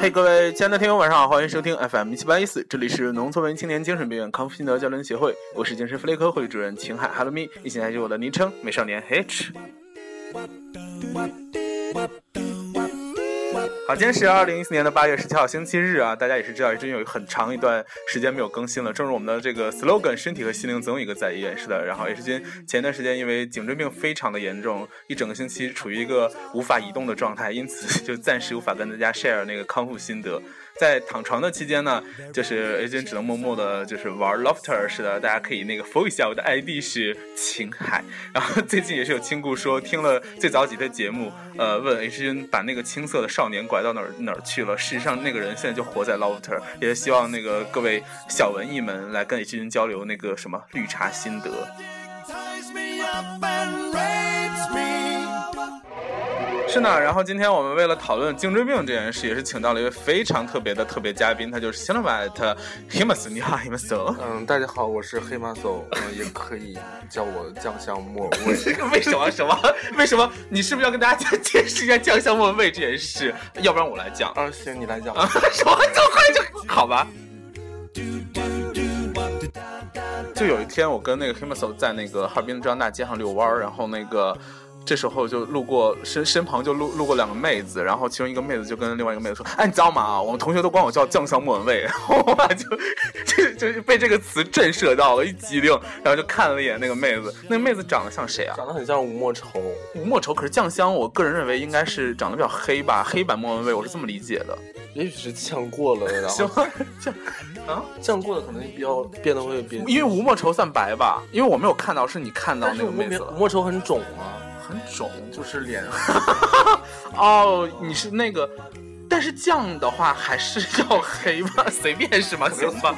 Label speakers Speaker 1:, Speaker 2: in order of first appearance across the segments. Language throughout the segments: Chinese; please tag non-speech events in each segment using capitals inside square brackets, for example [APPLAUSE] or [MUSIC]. Speaker 1: 嘿、各位亲爱的听友，晚上好，欢迎收听 FM 七八一四，这里是农村文艺青年精神病院康复心得交流协会，我是精神妇联科会主任秦海，Hello me，一起来记我的昵称美少年 H。好，今天是二零一四年的八月十七号，星期日啊，大家也是知道，已经有很长一段时间没有更新了。正如我们的这个 slogan“ 身体和心灵总有一个在医院”，是的。然后 H 君前段时间因为颈椎病非常的严重，一整个星期处于一个无法移动的状态，因此 [LAUGHS] 就暂时无法跟大家 share 那个康复心得。在躺床的期间呢，就是 A 君只能默默的，就是玩 Lofter 似的。大家可以那个 follow 一下，我的 ID 是秦海。然后最近也是有亲故说听了最早几的节目，呃，问 H 君把那个青涩的少年拐到哪儿哪儿去了。事实上，那个人现在就活在 Lofter，也是希望那个各位小文艺们来跟 H 君交流那个什么绿茶心得。
Speaker 2: ties me up and rapes me.
Speaker 1: 是呢，然后今天我们为了讨论颈椎病这件事，也是请到了一位非常特别的特别嘉宾，他就是 c i n e m a t Himas。你好，Himas。
Speaker 3: 嗯，大家好，我是黑马
Speaker 1: [LAUGHS]
Speaker 3: 总，嗯，也可以叫我酱香莫味。
Speaker 1: 这 [LAUGHS] 个为什么什么为什么？你是不是要跟大家解释一下酱香问味这件事？ [LAUGHS] 要不然我来讲啊？
Speaker 3: 啊，行，你来讲。
Speaker 1: 什么这么快就好吧？就有一天，我跟那个 Himaso 在那个哈尔滨的中央大街上遛弯儿，然后那个这时候就路过身身旁就路路过两个妹子，然后其中一个妹子就跟另外一个妹子说：“哎，你知道吗？啊，我们同学都管我叫酱香莫文蔚。” [LAUGHS] 然后我俩就就 [LAUGHS] 就是被这个词震慑到了，一激灵，然后就看了一眼那个妹子，那个妹子长得像谁啊？
Speaker 3: 长得很像吴莫愁，
Speaker 1: 吴莫愁，可是酱香，我个人认为应该是长得比较黑吧，黑版莫文蔚，我是这么理解的。
Speaker 3: 也许是酱过了，然
Speaker 1: 行
Speaker 3: 后
Speaker 1: 吗？酱啊，
Speaker 3: 酱过了可能比较变得会变。
Speaker 1: 因为吴莫愁算白吧，因为我没有看到，是你看到
Speaker 3: 但
Speaker 1: 那
Speaker 3: 是
Speaker 1: 个
Speaker 3: 吴莫
Speaker 1: 妹子
Speaker 3: 吴
Speaker 1: 了，
Speaker 3: 莫愁很肿啊，
Speaker 1: 很肿。
Speaker 3: 就是脸。啊
Speaker 1: 哦，你是那个，但是酱的话还是要黑吧，随便是吗？行吧。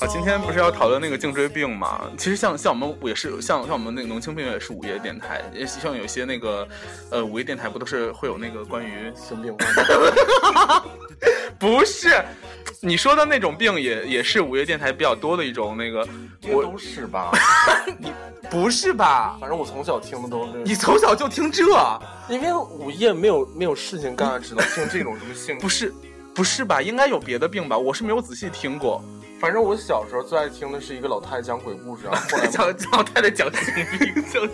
Speaker 1: 啊，今天不是要讨论那个颈椎病嘛？其实像像我们也是像像我们那个农青病院也是午夜电台，也像有些那个呃午夜电台不都是会有那个关于
Speaker 3: 生病患
Speaker 1: 不是，你说的那种病也也是午夜电台比较多的一种那个，
Speaker 3: 我
Speaker 1: 我
Speaker 3: 都是吧，
Speaker 1: 不是吧？
Speaker 3: 反正我从小听的都
Speaker 1: 你
Speaker 3: 是，
Speaker 1: 从小就听这？
Speaker 3: 因为午夜没有没有事情干，只能听这种什么性。
Speaker 1: 不是，不是吧？应该有别的病吧？我是没有仔细听过。
Speaker 3: 反正我小时候最爱听的是一个老太太讲鬼故事，然后后来
Speaker 1: [LAUGHS] 讲老太太讲性病，就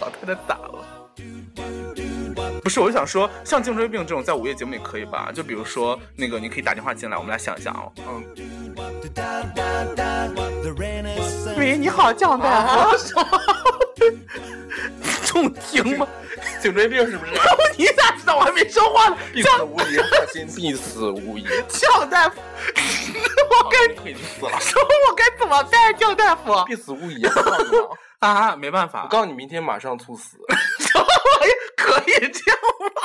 Speaker 1: 老太太咋了？不是，我就想说，像颈椎病这种，在午夜节目里可以吧？就比如说那个，你可以打电话进来，我们俩想一想哦。
Speaker 3: 嗯，
Speaker 1: 喂，你好，酱
Speaker 3: 啊
Speaker 1: [LAUGHS] 大夫。中听吗？
Speaker 3: 颈椎病是不是？
Speaker 1: [LAUGHS] 你咋知道？我还没说话呢。
Speaker 3: 必死
Speaker 1: 酱
Speaker 3: 无疑，放心，必死无疑。
Speaker 1: 酱大夫， [LAUGHS] 我该
Speaker 3: 可以死了。
Speaker 1: 说我该怎么办？酱大夫
Speaker 3: 必死无疑！我告诉你啊
Speaker 1: 啊，没办
Speaker 3: 我
Speaker 1: 法，
Speaker 3: 告诉你，明天马上猝死。
Speaker 1: 什么玩意儿哎可以这样吗？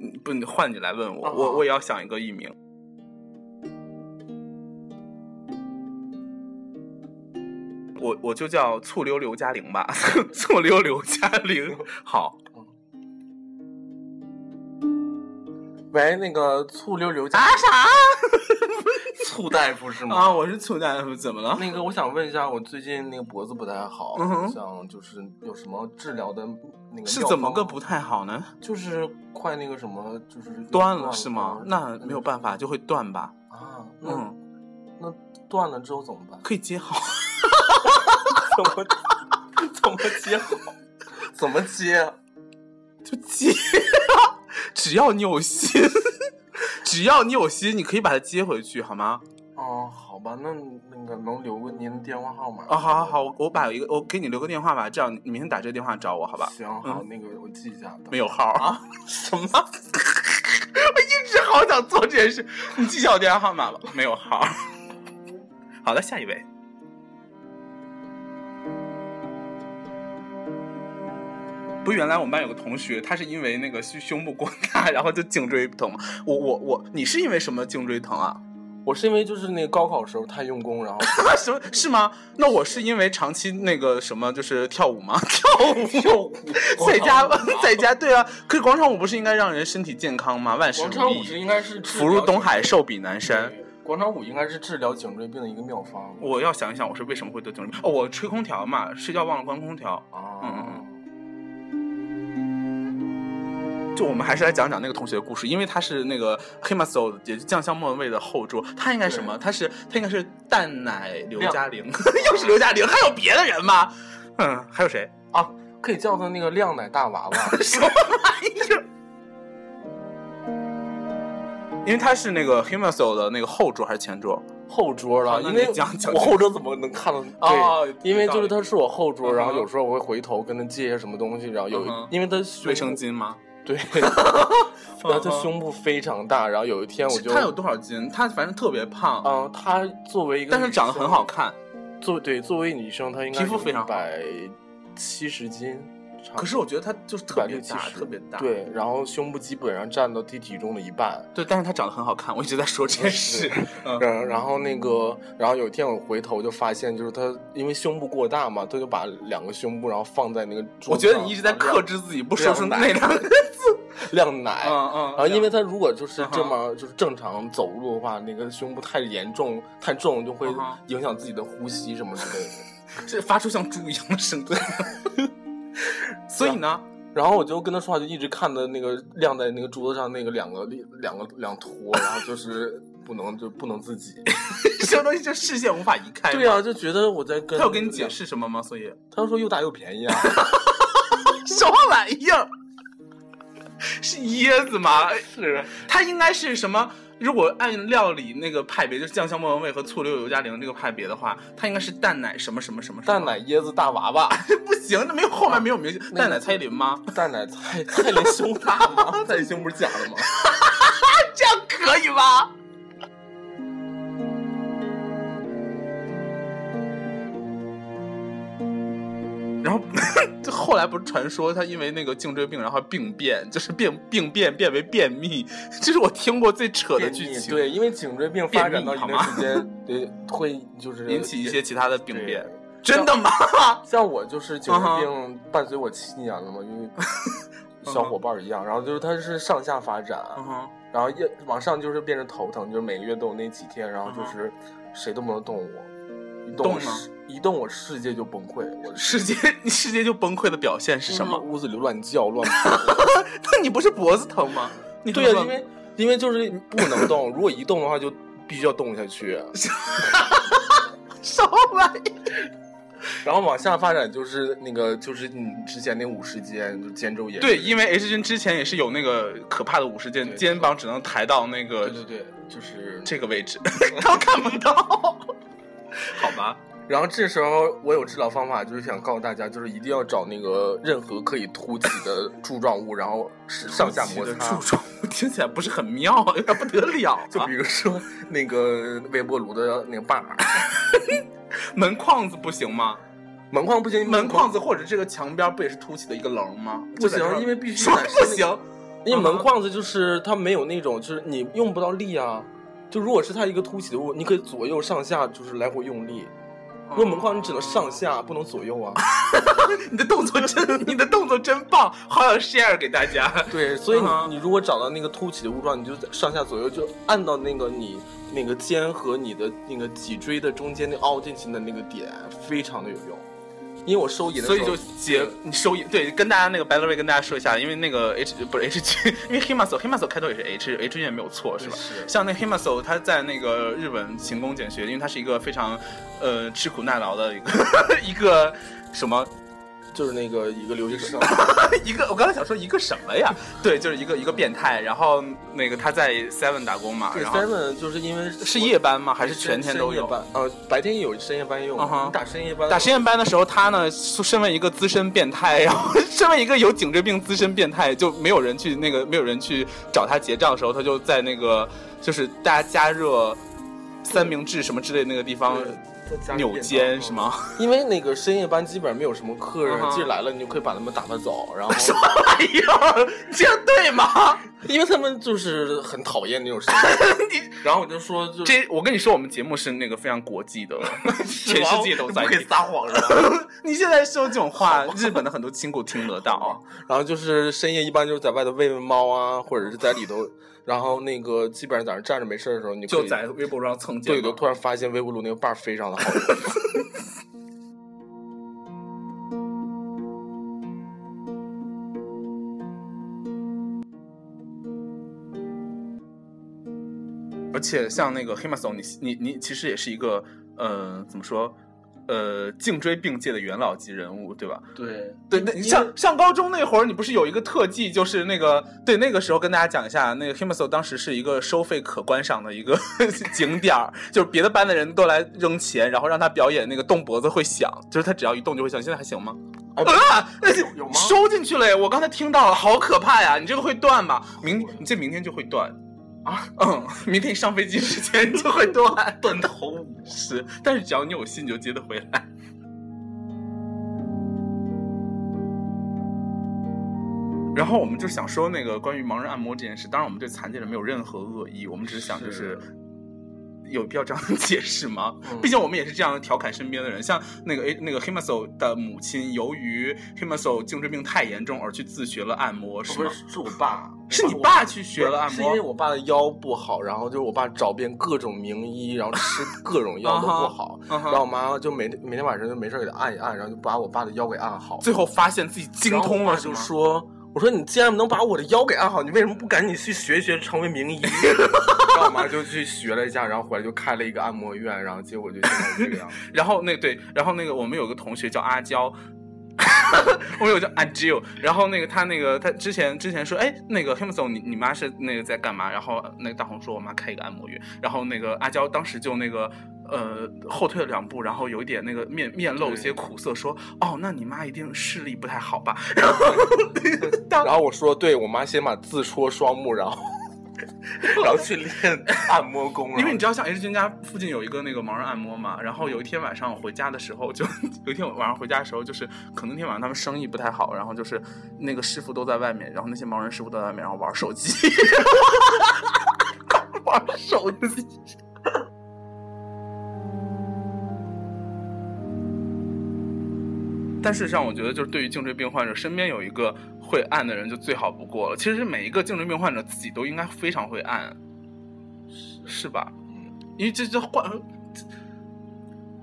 Speaker 1: 嗯不，你换你来问我，
Speaker 3: 哦
Speaker 1: 我我也要想一个艺名。我我就叫醋溜刘嘉玲吧， [LAUGHS] 醋溜刘嘉玲。好，
Speaker 3: 喂，那个醋溜刘家、
Speaker 1: 打啊啥
Speaker 3: 醋大夫是吗？
Speaker 1: 啊？我是醋大夫，怎么了？
Speaker 3: 那个，我想问一下，我最近那个脖子不太好，
Speaker 1: 嗯哼
Speaker 3: 想就是有什么治疗的那个
Speaker 1: 是
Speaker 3: 药
Speaker 1: 怎么
Speaker 3: 方
Speaker 1: 个
Speaker 3: 吗
Speaker 1: 不？太好呢？
Speaker 3: 就是快那个什么，就是
Speaker 1: 断了是吗？那
Speaker 3: 嗯
Speaker 1: 没有办法，就会断吧。
Speaker 3: 啊，那、
Speaker 1: 嗯，
Speaker 3: 那断了之后怎么
Speaker 1: [LAUGHS]
Speaker 3: 办？
Speaker 1: 可以接好。
Speaker 3: 怎么怎么接好？ [LAUGHS] 怎么接？啊
Speaker 1: 就接啊！只要你有心， [LAUGHS] 只要你有心，你可以把它接回去，好吗？
Speaker 3: 哦，好吧，那那个能留个您的电话号码吗？
Speaker 1: 啊、好好好，我我把一个，我给你留个电话吧，这样你明天打这个电话找我，好吧？嗯
Speaker 3: 行，好，那个我记一下。
Speaker 1: 没有号啊？什么？我一直好想做这件事，你记下我电话号码吧。没有号。好了，下一位。不，原来我们班有个同学，他是因为那个胸胸部过大，然后就颈椎疼。我我我，你是因为什么颈椎疼啊？ [LAUGHS]
Speaker 3: 我是因为就是那个高考时候太用功，然后
Speaker 1: 啊，什么是吗？那我是因为长期那个什么，就是跳舞吗？跳舞，跳舞，在家， [LAUGHS] 在家，对啊。可是广场舞不是应该让人身体健康吗？万事
Speaker 3: 广
Speaker 1: 如
Speaker 3: 场舞
Speaker 1: [LAUGHS]
Speaker 3: 是
Speaker 1: 意。
Speaker 3: 应该是
Speaker 1: 福如东海，寿比南山。
Speaker 3: 广场舞应该是治疗颈椎病的一个妙方
Speaker 1: 我要想一想，我是为什么会得颈椎病？哦，我吹空调嘛，睡觉忘了关空调。
Speaker 3: 啊。
Speaker 1: 嗯就我们还是来讲讲那个同学的故事，因为他是那个黑马 so 也是酱香莫文蔚的后桌，他应该什么？他是他应该是蛋奶刘嘉玲， [LAUGHS] 又是刘嘉玲，还有别的人吗？嗯，还有谁？
Speaker 3: 啊，可以叫做那个靓奶大娃娃。
Speaker 1: 什么玩意儿？因为他是那个 Humaso 的那个后桌还是前桌？
Speaker 3: 后桌
Speaker 1: 好
Speaker 3: 了，
Speaker 1: 那
Speaker 3: 因
Speaker 1: 你
Speaker 3: 为
Speaker 1: 讲讲
Speaker 3: 我后桌怎么能看到？
Speaker 1: 哦有
Speaker 3: 对，因为
Speaker 1: 道
Speaker 3: 就是
Speaker 1: 理
Speaker 3: 他是我后
Speaker 1: 嗯
Speaker 3: 桌，
Speaker 1: 哼
Speaker 3: 然后有时候我会回头跟他借一些什么东西，然后有
Speaker 1: 嗯
Speaker 3: 一
Speaker 1: 哼，
Speaker 3: 因为他
Speaker 1: 卫
Speaker 3: 卫
Speaker 1: 生，巾吗？ [LAUGHS]
Speaker 3: 对，然后他
Speaker 1: 嗯哼
Speaker 3: 胸部非常大，然后有一天我就
Speaker 1: 哦他有多少斤？他反正特别胖，
Speaker 3: 嗯，她作为一个，
Speaker 1: 但是长得很好。看。
Speaker 3: 作对，作为女生，她应该
Speaker 1: 皮肤非常好
Speaker 3: 百七十斤，差不多
Speaker 1: 啊可是我觉得他就是特别大，
Speaker 3: 170
Speaker 1: 特别大。
Speaker 3: 对，然后胸部基本上占到体体重的一半。
Speaker 1: 对，但是他长得很好看，我一直在说这件事。 [LAUGHS] 嗯
Speaker 3: 然然后那个，然后有一天我回头就发现，就是她因为胸部过大嘛，她就把两个胸部然后放在那个桌
Speaker 1: 我觉得
Speaker 3: 上
Speaker 1: 你一直在
Speaker 3: 然后
Speaker 1: 克制自己，不说出
Speaker 3: 两
Speaker 1: 那
Speaker 3: 奶
Speaker 1: 两 [LAUGHS] 个。
Speaker 3: 晾奶。
Speaker 1: 嗯嗯。
Speaker 3: 然后，因为她如果就是
Speaker 1: 嗯哼
Speaker 3: 这么就是正常走路的话，那个胸部太严重太重，就会
Speaker 1: 嗯哼
Speaker 3: 影响自己的呼吸什么之类的。
Speaker 1: 这发出像猪一样的声音。 [LAUGHS] 所以呢，
Speaker 3: 然后我就跟他说话，就一直看的那个晾在那个桌子上那个两个两个两坨，然后就是不能就不能
Speaker 1: [LAUGHS]
Speaker 3: 自己。
Speaker 1: 什么东西就视线无法移开。
Speaker 3: 对、呀、就觉得我在跟
Speaker 1: 哎他有跟你解，释什么吗？所以
Speaker 3: 他说又大又便宜啊，
Speaker 1: [LAUGHS] 什么玩意儿？ [LAUGHS] 是椰子吗？ [LAUGHS]
Speaker 3: 是
Speaker 1: 它应该是什么？如果按料理那个派别，就是酱香莫文蔚和醋溜尤加玲这个派别的话，它应该是蛋奶什么什么什么什么
Speaker 3: 蛋奶椰子大娃娃，
Speaker 1: 不行，这没有后面没有明星。
Speaker 3: 那个
Speaker 1: 蛋奶蔡依林吗？
Speaker 3: 蛋奶蔡蔡林胸大
Speaker 1: [LAUGHS]
Speaker 3: 吗？蔡林胸不是假的吗？
Speaker 1: 这样可以吗？然后， [LAUGHS] 就后来不是传说他因为那个颈椎病，然后还病变，就是病病变变为便秘，这是我听过最扯的
Speaker 3: 便
Speaker 1: 剧
Speaker 3: 秘
Speaker 1: 情，
Speaker 3: 对，因为颈椎病发展到一
Speaker 1: 便秘好
Speaker 3: 段
Speaker 1: 吗
Speaker 3: 时间，对，会就是
Speaker 1: 引起一些其他的病变
Speaker 3: 对。。
Speaker 1: 真的吗？
Speaker 3: 像我就是颈
Speaker 1: 嗯哼
Speaker 3: 椎病伴随我七年了嘛，因
Speaker 1: 啊
Speaker 3: 为小伙伴儿一样，然后就是它是上下发展，
Speaker 1: 嗯哼
Speaker 3: 然后一往上就是变成头疼，就是每个月都有那几天，然后就是谁都不能动我，一嗯动
Speaker 1: 动
Speaker 3: 我
Speaker 1: 吗
Speaker 3: 世一动我世界就崩溃，我
Speaker 1: 世界，你世界就崩溃的表现是什么？
Speaker 3: 屋子里乱叫 [LAUGHS] 乱
Speaker 1: [LAUGHS] 那你不是脖子疼吗？你
Speaker 3: 嗯对呀、
Speaker 1: 很
Speaker 3: 因为因为就是不能动，如果一动的话就必须要动下去，啊 [LAUGHS]
Speaker 1: 什么玩意？
Speaker 3: 然后往下发展就是那个就是你之前那五十肩就肩周炎，
Speaker 1: [LAUGHS] 对，因为 H 君之前也是有那个可怕的五十肩，
Speaker 3: 对
Speaker 1: 肩膀只能抬到那
Speaker 3: 对
Speaker 1: 个
Speaker 3: 对对，就是
Speaker 1: 这个位置， [LAUGHS] 都看不到。 [LAUGHS] 好吧，
Speaker 3: 然后这时候我有治疗方法，就是想告诉大家，就是一定要找那个任何可以凸起的柱状物，然后是上下摩
Speaker 1: 的
Speaker 3: 擦
Speaker 1: 柱。状物 [LAUGHS] 听起来不是很妙啊，有点不得了啊。
Speaker 3: 就比如说那个微波炉的那个把儿，
Speaker 1: 门框子不行吗？
Speaker 3: 门框不行，
Speaker 1: 门框子或者这个墙边不也是凸起的一个棱吗？
Speaker 3: 不
Speaker 1: 就在这儿
Speaker 3: 行，因为必须
Speaker 1: 什么
Speaker 3: 得
Speaker 1: 不行？
Speaker 3: 因为门框子就是它没有那种，就是你用不到力啊。就如果是它一个凸起的物，你可以左右上下就是来回用力。
Speaker 1: 嗯
Speaker 3: 如果门框你只能上下，不能左右啊。
Speaker 1: 你的动作真， [LAUGHS] 你的动作真棒，好想 share 给大家。
Speaker 3: 对，所以你、
Speaker 1: 嗯哼
Speaker 3: 你如果找到那个凸起的物状，你就上下左右就按到那个你那个肩和你的那个脊椎的中间那凹进去的那个点，非常的有用。因为我收银的时
Speaker 1: 所
Speaker 3: 候，
Speaker 1: 以就结你收银对，跟大家那个白 y 瑞跟大家说一下，因为那个 H 不是 H [LAUGHS] 君，因为 Himaso Himaso 开头也是 H H 君也没有错是吧？
Speaker 3: 是
Speaker 1: 像那 Himaso 他在那个日本勤工俭学，因为他是一个非常呃吃苦耐劳的一个 [LAUGHS] 一个什么
Speaker 3: 就是那个一个留
Speaker 1: [LAUGHS]
Speaker 3: 学生，
Speaker 1: 一个，我刚才想说一个什么呀？对，就是一个一个变态。然后那个他在 Seven 打工嘛，
Speaker 3: 对
Speaker 1: 然后
Speaker 3: ，seven 就是因为
Speaker 1: 是夜班吗？还是全天都有
Speaker 3: 深夜？班呃，白天也有，深夜班也有。
Speaker 1: 嗯哼
Speaker 3: 你打深夜班，
Speaker 1: 打实验班的时候，他呢，身为一个资深变态，然后 [LAUGHS] 身为一个有颈椎病资深变态，就没有人去那个没有人去找他结账的时候，他就在那个就是大家加热三明治什么之类的那个地方
Speaker 3: 在家里
Speaker 1: 扭
Speaker 3: 练
Speaker 1: 肩
Speaker 3: 到
Speaker 1: 是？吗？ [LAUGHS]
Speaker 3: 因为那个深夜班基本上没有什么客人
Speaker 1: 嗯，哼
Speaker 3: 既然来了你就可以把他们打发走，然后
Speaker 1: 哎呦，这样对吗？
Speaker 3: 因为他们就是很讨厌那种声音。然后我就说，
Speaker 1: [LAUGHS]
Speaker 3: 就
Speaker 1: 这我跟你说，我们节目是那个非常国际 [LAUGHS] 的，全世界都在
Speaker 3: 不可以
Speaker 1: 听。
Speaker 3: 撒谎是吧？
Speaker 1: [LAUGHS] 你现在说这种话，日本的很多亲故听得到。
Speaker 3: 啊然后就是深夜一般就是在外头喂喂猫啊，或者是在里头然后那个基本上在那站着没事儿的时候，你可
Speaker 1: [LAUGHS]
Speaker 3: 以
Speaker 1: 就在微博上蹭
Speaker 3: 对
Speaker 1: 肩
Speaker 3: 的，
Speaker 1: 膀。
Speaker 3: 突然发现微波炉那个把儿非常的好用。
Speaker 1: 而且像那个黑马总，你你你其实也是一个呃怎么说呃颈椎病界的元老级人物，对吧？
Speaker 3: 对
Speaker 1: 对，那上上高中那会儿，你不是有一个特技，就是那个对那个时候跟大家讲一下，那个 Himaso 当时是一个收费可观赏的一个 [LAUGHS] 景点儿，就是别的班的人都来扔钱，然后让他表演那个动脖子会响，就是他只要一动就会响。现在还行吗？
Speaker 3: 哎
Speaker 1: 啊，
Speaker 3: 有吗
Speaker 1: 收进去了耶！我刚才听到了，好可怕呀！你这个会断吗？明你这明天就会断。啊，嗯，明天你上飞机之前就会断 [LAUGHS] 断头五十，但是只要你有心，你就接得回来。然后我们就想说那个关于盲人按摩这件事，当然我们对残疾人没有任何恶意，我们只是想就是
Speaker 3: 是
Speaker 1: 有必要这样解释吗？
Speaker 3: 嗯
Speaker 1: 毕竟我们也是这样调侃身边的人，像那个 A 那个 Himaso 的母亲，由于 Himaso 颈椎病太严重而去自学了按摩，是
Speaker 3: 不
Speaker 1: 吗？
Speaker 3: 是是我爸，
Speaker 1: 是你
Speaker 3: 我
Speaker 1: 爸去学了按
Speaker 3: 是因为
Speaker 1: 摩？
Speaker 3: 我爸的腰不好，然后就是我爸找遍各种名医，然后吃各种药都不好，
Speaker 1: 嗯
Speaker 3: 然后
Speaker 1: 哼，
Speaker 3: 我妈就每天每天晚上就没事给他按一按，然后就把我爸的腰给按好。
Speaker 1: 最后发现自己精通
Speaker 3: 然后我
Speaker 1: 了，
Speaker 3: 爸
Speaker 1: 是
Speaker 3: 就
Speaker 1: 吗？
Speaker 3: 说：“我说你既然能把我的腰给按好，你为什么不赶紧去学一学成
Speaker 1: [LAUGHS]
Speaker 3: 为名医？”然后我妈就去学了一下，然后回来就开了一个按摩院，然后结果就现在这个样子。
Speaker 1: 然后那对，然后那个我们有个同学叫阿娇。我有叫阿 j 然后那个他那个他之前之前说，哎，那个 Himson，你你妈是那个在干嘛？然后那个大红说，我妈开一个按摩院。然后那个阿娇当时就那个呃后退了两步，然后有一点那个面面露一些
Speaker 3: 对
Speaker 1: 苦涩，说，哦，那你妈一定视力不太好吧？然后当
Speaker 3: 然后我说：“对我妈先把自戳双目，
Speaker 1: [LAUGHS]
Speaker 3: 然后然后去练按摩功，然后
Speaker 1: 因为你知道，像 H 君家附近有一个那个盲人按摩嘛，然后有一天晚上我回家的时候，就 [LAUGHS] 有一天我晚上回家的时候，就是可能那天晚上他们生意不太好，然后就是那个师傅都在外面，然后那些盲人师傅都在外面，然后玩手机， [LAUGHS] 玩手机。但事实上，我觉得就是对于颈椎病患者，身边有一个会按的人就最好不过了。其实每一个颈椎病患者自己都应该非常会按，是吧？因为这这换，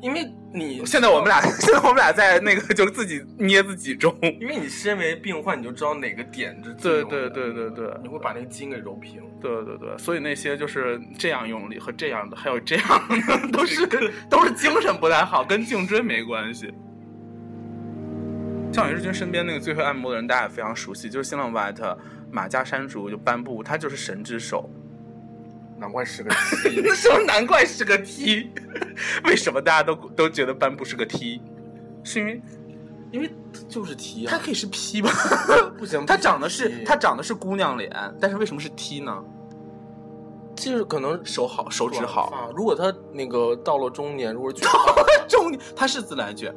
Speaker 3: 因为你
Speaker 1: 现在我们俩 [LAUGHS] 现在我们俩在那个就是自己捏自己 [LAUGHS] 中，
Speaker 3: 因为你身为病患，你就知道哪个点是
Speaker 1: 对
Speaker 3: 最容易
Speaker 1: 对
Speaker 3: 的
Speaker 1: 对对对
Speaker 3: 你会把那个筋给揉平。
Speaker 1: 对对对，所以那些就是这样用力和这样的，还有这样的， [LAUGHS] 都是都是精神不太好，跟颈椎没关系。像袁世军身边那个最会按摩的人，大家也非常熟悉，就是新浪 White 马家山竹就颁布，他就是神之手。 [LAUGHS]
Speaker 3: 难怪是个 T，
Speaker 1: 那时候难怪是个 T，为 [LAUGHS] 什么大家都都觉得颁布是个 T？是因为
Speaker 3: 因为就是 T
Speaker 1: 它
Speaker 3: 啊，
Speaker 1: 可以是 P [LAUGHS] 吧？
Speaker 3: 不行，
Speaker 1: 她长得是
Speaker 3: T
Speaker 1: 她长得是姑娘脸，但是为什么是 T 呢？
Speaker 3: 就是可能
Speaker 1: 手
Speaker 3: 手
Speaker 1: 好，手指好， [LAUGHS]
Speaker 3: 啊。如果他那个到了中年，如果卷 [LAUGHS]
Speaker 1: 中年她是自来卷，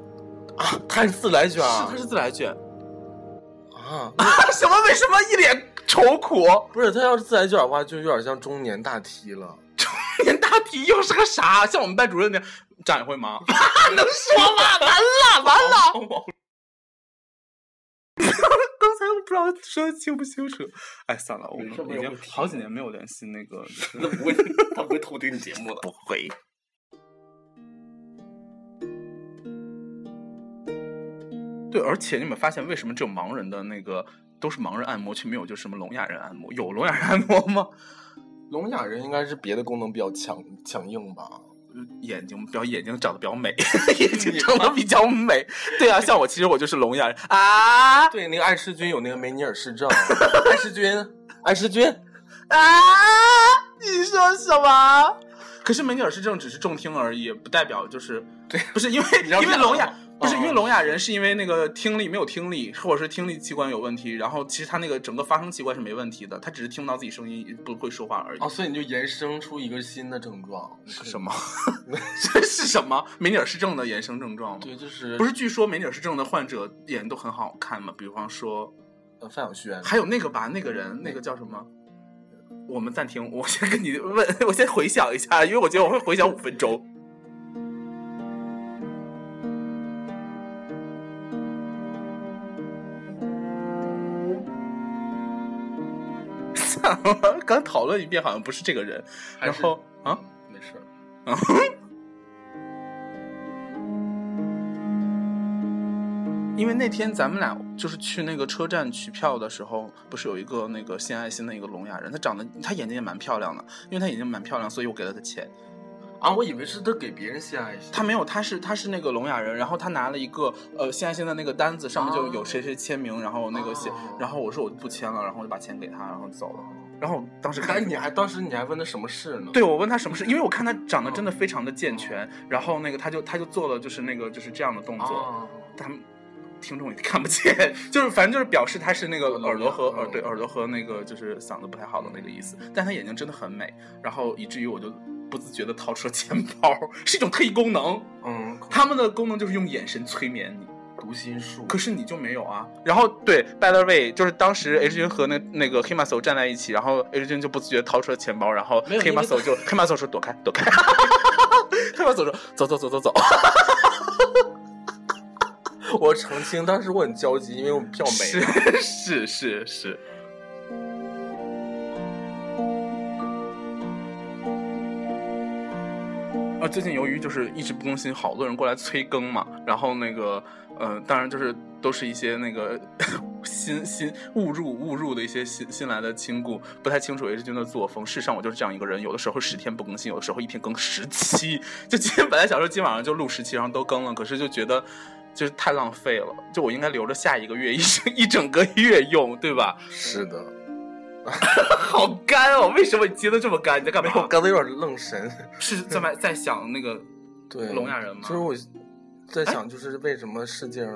Speaker 3: 啊，他是自来卷
Speaker 1: 是
Speaker 3: 啊
Speaker 1: 她是自来卷， [LAUGHS]
Speaker 3: 啊，
Speaker 1: 什么为什么一脸愁苦？ [LAUGHS]
Speaker 3: 不是他要是自来卷的话，就有点像中年大 T 了。
Speaker 1: 连大题又是个啥？像我们班主任那样，展也会 [LAUGHS] 吗？能说吗？完了完 [LAUGHS] 了！刚才我不知道说的清不清楚，哎，算了，我们
Speaker 3: 没事没
Speaker 1: 已
Speaker 3: 有
Speaker 1: 经
Speaker 3: 问题
Speaker 1: 好几年没有联系那个，
Speaker 3: 那不会，他不会偷听你节目的。
Speaker 1: 不会。对，而且你们发现为什么只有盲人的那个都是盲人按摩，却没有就是什么聋哑人按摩？有聋哑人按摩吗？ [LAUGHS]
Speaker 3: 聋哑人应该是别的功能比较强强硬吧？
Speaker 1: 眼睛比较眼睛长得比较美， [LAUGHS] 眼睛长得比较美。对啊，像我其实我就是聋哑人啊
Speaker 3: 对，那个艾诗君有那个梅尼尔氏症，艾诗君，艾诗君，
Speaker 1: 啊！你说什么？可是梅尼尔氏症只是重听而已，不代表就是
Speaker 3: 对，
Speaker 1: 不是因为
Speaker 3: 你知道
Speaker 1: 因为聋哑。不是
Speaker 3: 哦
Speaker 1: 因为聋哑人，是因为那个听力没有听力，或者是听力器官有问题。然后其实他那个整个发声器官是没问题的，他只是听不到自己声音，不会说话而已。
Speaker 3: 哦，所以你就延伸出一个新的症状
Speaker 1: 是什？么？这 [LAUGHS] 是什么？梅尼尔氏症的衍生症状吗？
Speaker 3: 对，就是
Speaker 1: 不是，据说梅尼尔氏症的患者眼都很好看吗？比方说，
Speaker 3: 呃范晓萱，
Speaker 1: 还有那个吧，那个人，那个叫什么？我们暂停， [LAUGHS] 我先跟你问，我先回想一下，因为我觉得我会回想五分钟。 [LAUGHS] 算了，刚讨论一遍，好像不是这个人。
Speaker 3: 还
Speaker 1: 然
Speaker 3: 是嗯
Speaker 1: 后啊，
Speaker 3: 没事儿。
Speaker 1: 因为那天咱们俩就是去那个车站取票的时候，不是有一个那个献爱心的一个聋哑人，他长得他眼睛也蛮漂亮的，因为他眼睛蛮漂亮，所以我给了他钱。
Speaker 3: 啊，我以为是他给别人献爱心。
Speaker 1: 他没有，他是他是那个聋哑人，然后他拿了一个呃献爱心的那个单子，上面就有谁谁签名，然后那个写
Speaker 3: 哦，
Speaker 1: 然后我说我就不签了，然后我就把钱给他，然后走了。然后当时
Speaker 3: 哎，
Speaker 1: 看
Speaker 3: 你还当时你还问他什么事呢？，
Speaker 1: 对我问他什么事，因为我看他长得真的
Speaker 3: 嗯
Speaker 1: 非常的健全，然后那个他就他就做了就是那个就是这样的动作，
Speaker 3: 啊，
Speaker 1: 他们听众也看不见， [LAUGHS] 就是反正就是表示他是那个
Speaker 3: 嗯
Speaker 1: 耳朵和
Speaker 3: 嗯
Speaker 1: 耳对耳朵和那个就是嗓子不太好的那个意思，但他眼睛真的很美，然后以至于我就不自觉的掏出了钱包，是一种特异功能，
Speaker 3: 嗯，
Speaker 1: 他们的功能就是用眼神催眠你，
Speaker 3: 读心术。
Speaker 1: 可是你就没有啊。然后对，by the way，就是当时 H 君和那那个黑马手站在一起，然后 H 君就不自觉掏出了钱包，然后
Speaker 3: 没有
Speaker 1: 黑马手就黑马手说躲开躲开， [LAUGHS] 黑马手说走走走走哦走，
Speaker 3: 我澄清，当时我很焦急，因为我票没
Speaker 1: 是 [LAUGHS]
Speaker 3: 了。
Speaker 1: 是是是。啊，最近由于就是一直不更新，好多人过来催更嘛，然后那个，呃，当然就是都是一些那个新新误入误入的一些新新来的亲故，不太清楚 H 君的作风。事实上，我就是这样一个人，有的时候十天不更新，有的时候一天更十期。 [LAUGHS] 就今天本来想说今晚上就录十期，然后都更了，可是就觉得就是太浪费了，就我应该留着下一个月一整一整个月用，对吧？
Speaker 3: 是的，
Speaker 1: 好干哦，为什么你接的这么干？你在干
Speaker 3: 没
Speaker 1: 嘛
Speaker 3: 有，？我刚才有点愣神。
Speaker 1: 是在买在想那个
Speaker 3: 对，
Speaker 1: 聋哑人吗哎
Speaker 3: 就是我在想，就是为什么世界上，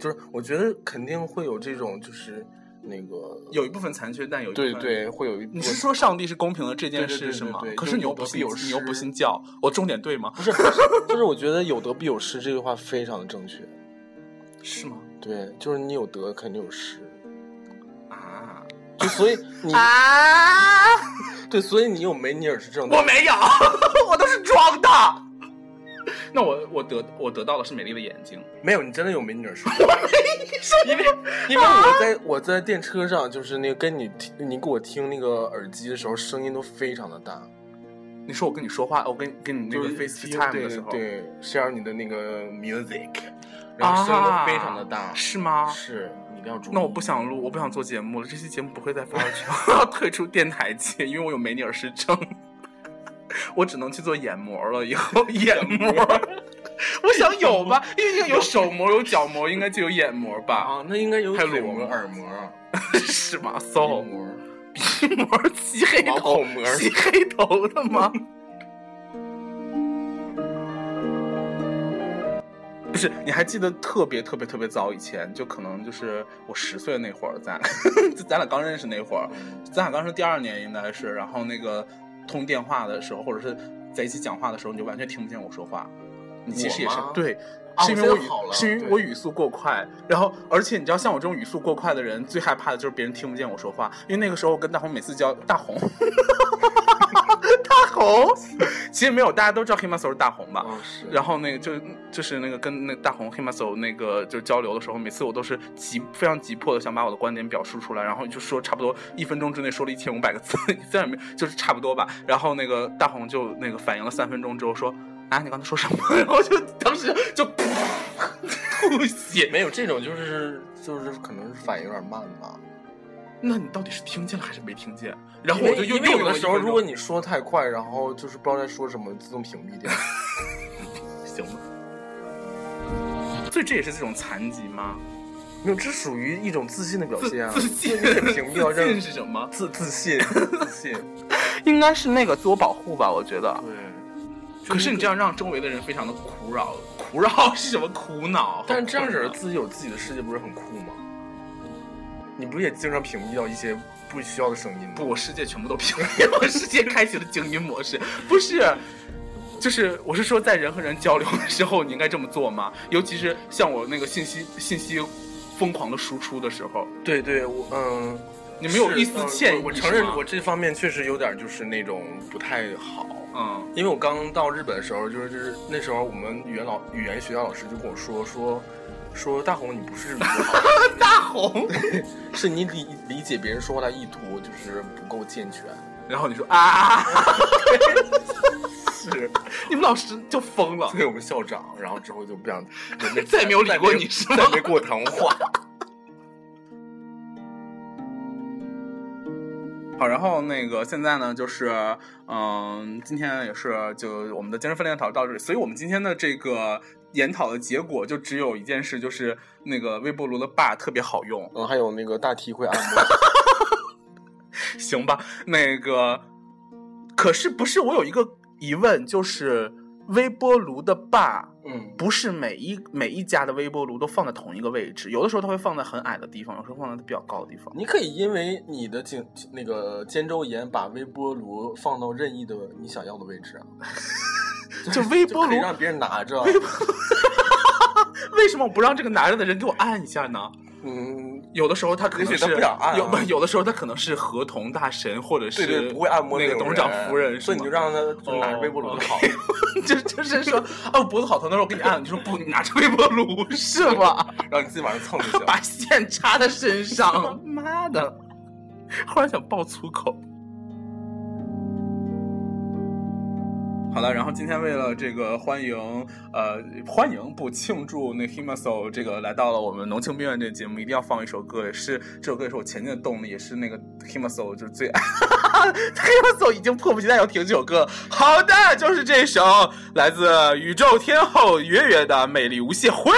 Speaker 3: 就是我觉得肯定会有这种，就是那个，
Speaker 1: 有一部分残缺，但有一部
Speaker 3: 对
Speaker 1: 分
Speaker 3: 对，会有一
Speaker 1: 你是说上帝是公平的这件
Speaker 3: 对对
Speaker 1: 事
Speaker 3: 对
Speaker 1: 是吗
Speaker 3: 对对？
Speaker 1: 可是你又
Speaker 3: 有
Speaker 1: 不
Speaker 3: 得
Speaker 1: 信
Speaker 3: 必有，失
Speaker 1: 你又不信教，我重点对吗？
Speaker 3: 不是， [LAUGHS] 就是我觉得有得必有失这句话非常的正确。
Speaker 1: 是吗？
Speaker 3: 对，就是你有得肯定有失，
Speaker 1: 啊
Speaker 3: 就所以
Speaker 1: 嗯
Speaker 3: 你
Speaker 1: 啊！
Speaker 3: 对，所以你有梅尼尔是这种，
Speaker 1: 我没有， [LAUGHS] 我都是装的。 [LAUGHS] 那我我得我得到的是美丽的眼 [LAUGHS] 睛，
Speaker 3: 没有，你真的有梅尼尔是
Speaker 1: [LAUGHS]
Speaker 3: 这种，因为因为我在我在电车上，就是那个跟你听你给我听那个耳机的时候，声音都非常的大，
Speaker 1: 你说我跟你说话，我跟跟你那个
Speaker 3: 就是
Speaker 1: FaceTime
Speaker 3: 对
Speaker 1: 的时候，
Speaker 3: 对，share 你的那个 music，然后声音都非常的大，
Speaker 1: 啊是吗？
Speaker 3: 是，你一定要注意。
Speaker 1: 那我不想录，我不想做节目了，这期节目不会再发出去， [LAUGHS] 我要退出电台界，因为我有梅尼尔氏症， [LAUGHS] 我只能去做眼膜了，以后眼膜。我想有吧，因为有手膜、有脚膜，应该就有眼膜吧？
Speaker 3: 啊，那应该有
Speaker 1: 太
Speaker 3: 嘴
Speaker 1: 裸
Speaker 3: 膜、
Speaker 1: 了
Speaker 3: 耳膜、
Speaker 1: [LAUGHS] 是吗？
Speaker 3: 鼻
Speaker 1: 搜、
Speaker 3: 膜，
Speaker 1: 鼻 [LAUGHS] 膜吸黑
Speaker 3: 毛
Speaker 1: 头
Speaker 3: 孔膜
Speaker 1: [LAUGHS] 吸黑头的吗？ [LAUGHS] 不是，你还记得特别特别特别早以前，就可能就是我十岁那会儿，咱 [LAUGHS] 俩就咱俩刚认识那会儿，咱俩刚是第二年应该是，然后那个通电话的时候，或者是在一起讲话的时候，你就完全听不见我说话。你其实也是
Speaker 3: 我吗
Speaker 1: 对，
Speaker 3: 啊
Speaker 1: 是因为
Speaker 3: 我
Speaker 1: 我
Speaker 3: 现在好
Speaker 1: 语
Speaker 3: 了
Speaker 1: 是因为
Speaker 3: 对
Speaker 1: 我语速过快，然后而且你知道，像我这种语速过快的人，最害怕的就是别人听不见我说话，因为那个时候我跟大红每次交大红。 [LAUGHS] 大红， [LAUGHS] 其实没有，大家都知道黑马手是大红吧？
Speaker 3: 啊是，
Speaker 1: 然后那个就就是那个跟那个大红黑马走那个就交流的时候，每次我都是急非常急迫的想把我的观点表述出来，然后就说差不多一分钟之内说了一千五百个字，虽然没就是差不多吧。 [LAUGHS] 然后那个大红就那个反应了三分钟之后说啊你刚才说什么？然后就当时就吐血。
Speaker 3: 没有这种就是就是可能是反应有点慢吧。
Speaker 1: 那你到底是听见了还是没听见？然后我就又
Speaker 3: 因为
Speaker 1: 又
Speaker 3: 有的时候，如果
Speaker 1: 你
Speaker 3: 你说太快，然后就是不知道在说什么，自动屏蔽掉。
Speaker 1: 行吗？所以这也是这种残疾吗？
Speaker 3: 没有，这属于一种自信的表
Speaker 1: 自
Speaker 3: 现啊！
Speaker 1: 自信
Speaker 3: 你得屏蔽
Speaker 1: [LAUGHS]
Speaker 3: 掉
Speaker 1: 自
Speaker 3: 让
Speaker 1: 信是什么？
Speaker 3: 自
Speaker 1: [LAUGHS]
Speaker 3: 自信自信。
Speaker 1: 应该是那个自我保护吧，我觉得。
Speaker 3: 对，
Speaker 1: 可是你这样让周围的人非常的苦扰，苦扰是什么？苦恼。
Speaker 3: [LAUGHS] 但是这样人
Speaker 1: 好困扰
Speaker 3: 自己有自己的世界，不是很酷吗？你不是也经常屏蔽掉一些不需要的声音
Speaker 1: [LAUGHS]
Speaker 3: 吗？
Speaker 1: 不，我世界全部都平了，我世界开启了静音模式， [LAUGHS] 不是。就是我是说，在人和人交流的时候，你应该这么做吗？尤其是像我那个信息信息疯狂的输出的时候，
Speaker 3: 对对，我嗯，
Speaker 1: 你没有
Speaker 3: 是
Speaker 1: 一丝
Speaker 3: 嗯
Speaker 1: 歉意、
Speaker 3: 我我承认，我这方面确实有点就是那种不太好。
Speaker 1: 嗯
Speaker 3: 因为我刚到日本的时候，就是就是那时候我们语言老语言学校老师就跟我说说说大红你不是大红，是你理理解别人说话的意图就是不够健全。
Speaker 1: [LAUGHS] 然后你说啊， [LAUGHS] 是你们老师就疯了
Speaker 3: [LAUGHS] 所。以我们校长，然后之后就不想 [LAUGHS]
Speaker 1: [LAUGHS] 再没有理过你是吗
Speaker 3: 再没过谈话。
Speaker 1: 好，然后那个现在呢，就是嗯，今天也是就我们的精神分裂探讨到这里，所以我们今天的这个研讨的结果就只有一件事，就是那个微波炉的把特别好用，
Speaker 3: [LAUGHS] 嗯，还有那个大梯会按摩，
Speaker 1: 行吧？那个，可是不是我有一个疑问，就是微波炉的把。
Speaker 3: 嗯，
Speaker 1: 不是每一每一家的微波炉都放在同一个位置，有的时候它会放在很矮的地方，有时候放在比较高的地方。
Speaker 3: 你可以因为你的颈那个肩周炎，把微波炉放到任意的你想要的位置啊，
Speaker 1: 就微波
Speaker 3: 就可以
Speaker 1: 炉
Speaker 3: 让别人拿 [LAUGHS] 着。
Speaker 1: 为什么不让这个拿着的人给我按一下呢？
Speaker 3: 嗯，
Speaker 1: 有的时候他可能
Speaker 3: 也
Speaker 1: 是
Speaker 3: 许他不想按啊
Speaker 1: 有不有的时候他可能是合同大神或者
Speaker 3: 对
Speaker 1: 是
Speaker 3: 对，不会按摩
Speaker 1: 那个
Speaker 3: 种
Speaker 1: 董事长夫人，
Speaker 3: 所以你就让他就拿着微波炉就好了。
Speaker 1: [LAUGHS] 就就是说哦脖子好疼，他说我给你按，你说不，你拿着微波炉是吗？
Speaker 3: [LAUGHS] 让你自己往上蹭就行。
Speaker 1: [LAUGHS] 把线插在身上， [LAUGHS] 妈的！忽然想爆粗口。好了，然后今天为了这个欢迎，呃，欢迎不庆祝那 Himaso 这个来到了我们浓情病院这个节目，一定要放一首歌，也是这首歌也是我前进的动力，也是那个 Himaso 就是最爱 [LAUGHS] ，Himaso 已经迫不及待要听这首歌了。好的，就是这首来自宇宙天后月月的《美丽无限会》。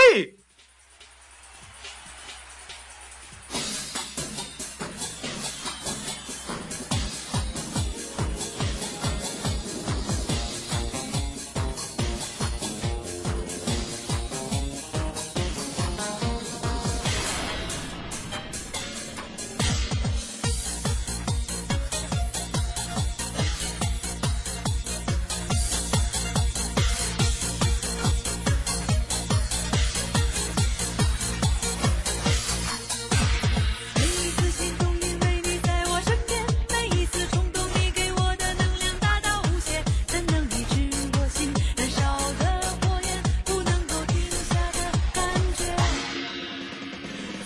Speaker 4: 每一次心动，因为你在我身边；每一次冲动，你给我的能量大到无限，怎能抑制我心燃烧的火焰？不能够停下的感觉，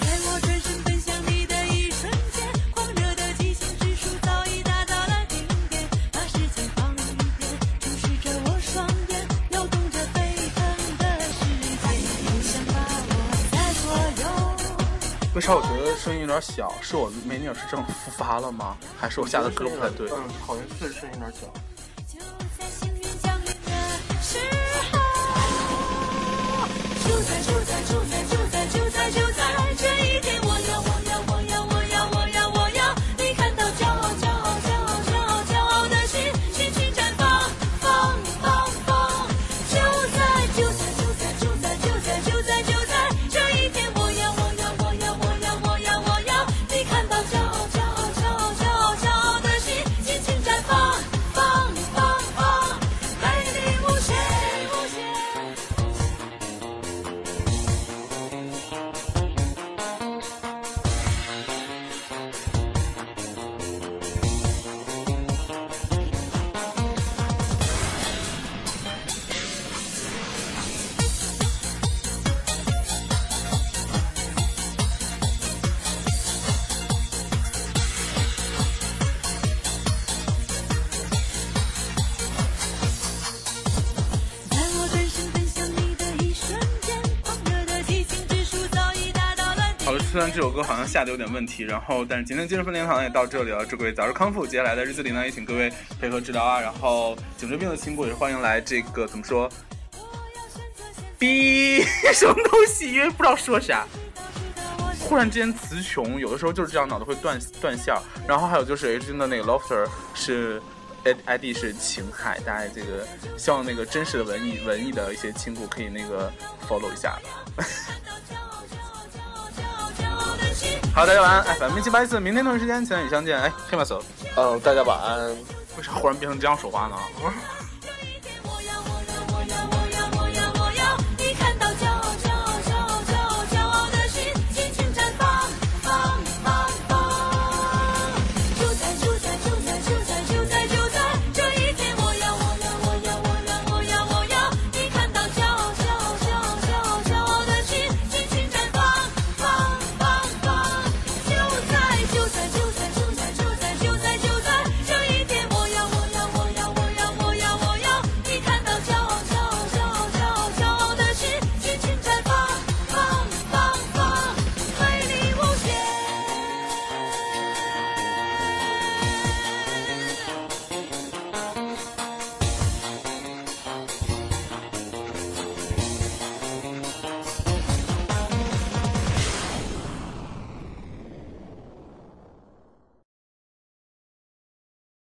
Speaker 4: 在我转身奔向你的一瞬间，狂热的激情指数早已达到了顶点。把时间放一边，注视着我双眼，扭动着沸腾的世界，不想把我在左右。
Speaker 1: 为啥我觉得声音有点小？是我美女耳是症复发了吗？还是我下的歌不太对？
Speaker 3: 嗯，好像是声音有点小。
Speaker 4: 就在幸运降临的时候，就在就在就在就在就在就在这一天，我要我要我要我要我要我要你看到骄傲骄傲骄傲骄傲骄傲的心，心情绽放放放放，就在就在就在就在就在就在就在这一天，我要我要我要我要我要我要你看到骄傲骄傲骄傲骄傲骄傲的心，心情绽放放放放，美丽无限无限。在我转身奔向你的一瞬间，狂热的激情指数早已达到了
Speaker 1: 好了，虽然这首歌好像下的有点问题，然后但是今天精神分裂堂也到这里了，祝各位早日康复。接下来的日子里呢，也请各位配合治疗啊。然后颈椎病的亲故也是欢迎来这个怎么说？
Speaker 4: 我要选择现实
Speaker 1: 逼 [LAUGHS] 什么东西？因为不知道说啥。
Speaker 4: 导致的我
Speaker 1: 忽然之间词穷，有的时候就是这样，脑子会断断线儿。然后还有就是 H 君的那个 Lofter 是 ID 是秦海，大家这个希望那个真实的文艺文艺的一些亲故可以那个 follow 一下。
Speaker 4: 感到骄傲骄傲骄傲骄傲骄傲的心。
Speaker 1: 好，大家晚安，FM 哎七八四，明天同一时间，请与相见。哎，黑马手，
Speaker 3: 嗯，大家晚安。
Speaker 1: 为啥忽然变成这样说话呢？